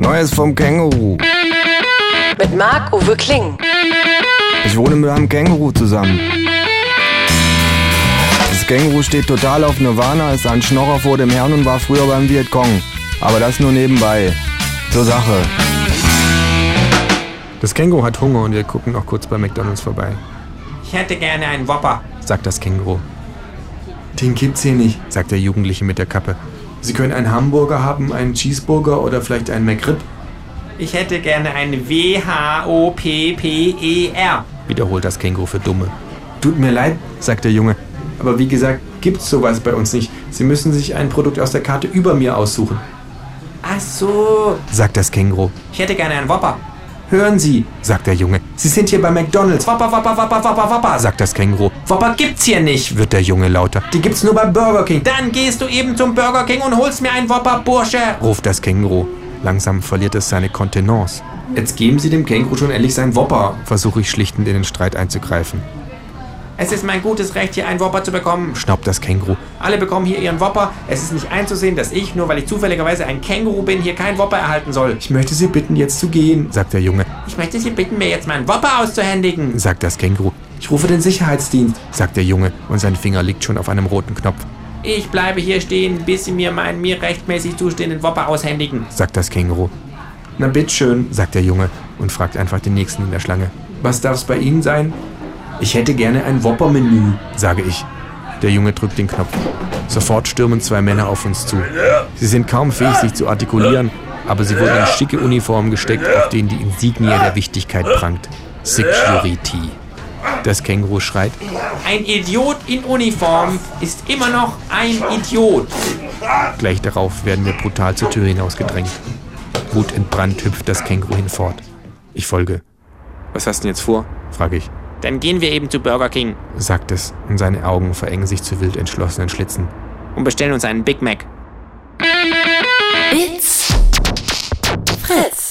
Neues vom Känguru. Mit Marc-Uwe Kling. Ich wohne mit einem Känguru zusammen. Das Känguru steht total auf Nirvana, ist ein Schnorrer vor dem Herrn und war früher beim Vietcong. Aber das nur nebenbei. Zur Sache. Das Känguru hat Hunger und wir gucken noch kurz bei McDonalds vorbei. Ich hätte gerne einen Whopper. sagt das Känguru. Den gibt's hier nicht, sagt der Jugendliche mit der Kappe. Sie können einen Hamburger haben, einen Cheeseburger oder vielleicht einen McRib, Ich hätte gerne einen W-H-O-P-P-E-R. wiederholt das Känguru für Dumme. Tut mir leid, sagt der Junge. Aber wie gesagt, gibt's sowas bei uns nicht. Sie müssen sich ein Produkt aus der Karte über mir aussuchen, Ach so. sagt das Känguru. Ich hätte gerne einen Whopper. Hören Sie, sagt der Junge. Sie sind hier bei McDonalds. Wappa, wappa, wappa, wappa, wappa, sagt das Känguru. Whopper gibt's hier nicht. Wird der Junge lauter. Die gibt's nur bei Burger King. Dann gehst du eben zum Burger King und holst mir einen Whopper, Bursche. ruft das Känguru. Langsam verliert es seine Kontenance. Jetzt geben Sie dem Känguru schon endlich seinen Wopper, versuche ich schlichtend in den Streit einzugreifen. Es ist mein gutes Recht, hier einen Whopper zu bekommen. Schnaubt das Känguru. Alle bekommen hier ihren Whopper. Es ist nicht einzusehen, dass ich, nur weil ich zufälligerweise ein Känguru bin, hier keinen Whopper erhalten soll. Ich möchte Sie bitten, jetzt zu gehen, sagt der Junge. Ich möchte Sie bitten, mir jetzt meinen Whopper auszuhändigen. Sagt das Känguru. Ich rufe den Sicherheitsdienst, sagt der Junge und sein Finger liegt schon auf einem roten Knopf, Ich bleibe hier stehen, bis Sie mir meinen mir rechtmäßig zustehenden Whopper aushändigen. sagt das Känguru. Na bitteschön, sagt der Junge und fragt einfach den nächsten in der Schlange. Was darf's bei Ihnen sein? Ich hätte gerne ein Whopper-Menü, sage ich. Der Junge drückt den Knopf. Sofort stürmen zwei Männer auf uns zu. Sie sind kaum fähig, sich zu artikulieren, aber sie wurden in schicke Uniformen gesteckt, auf denen die Insignie der Wichtigkeit prangt. Security. Das Känguru schreit, Ein Idiot in Uniform ist immer noch ein Idiot. gleich darauf werden wir brutal zur Tür hinausgedrängt. Wutentbrannt hüpft das Känguru hinfort. Ich folge. Was hast du denn jetzt vor? frage ich. Dann gehen wir eben zu Burger King sagt es, und seine Augen verengen sich zu wild entschlossenen Schlitzen. und bestellen uns einen Big Mac. It's Fritz.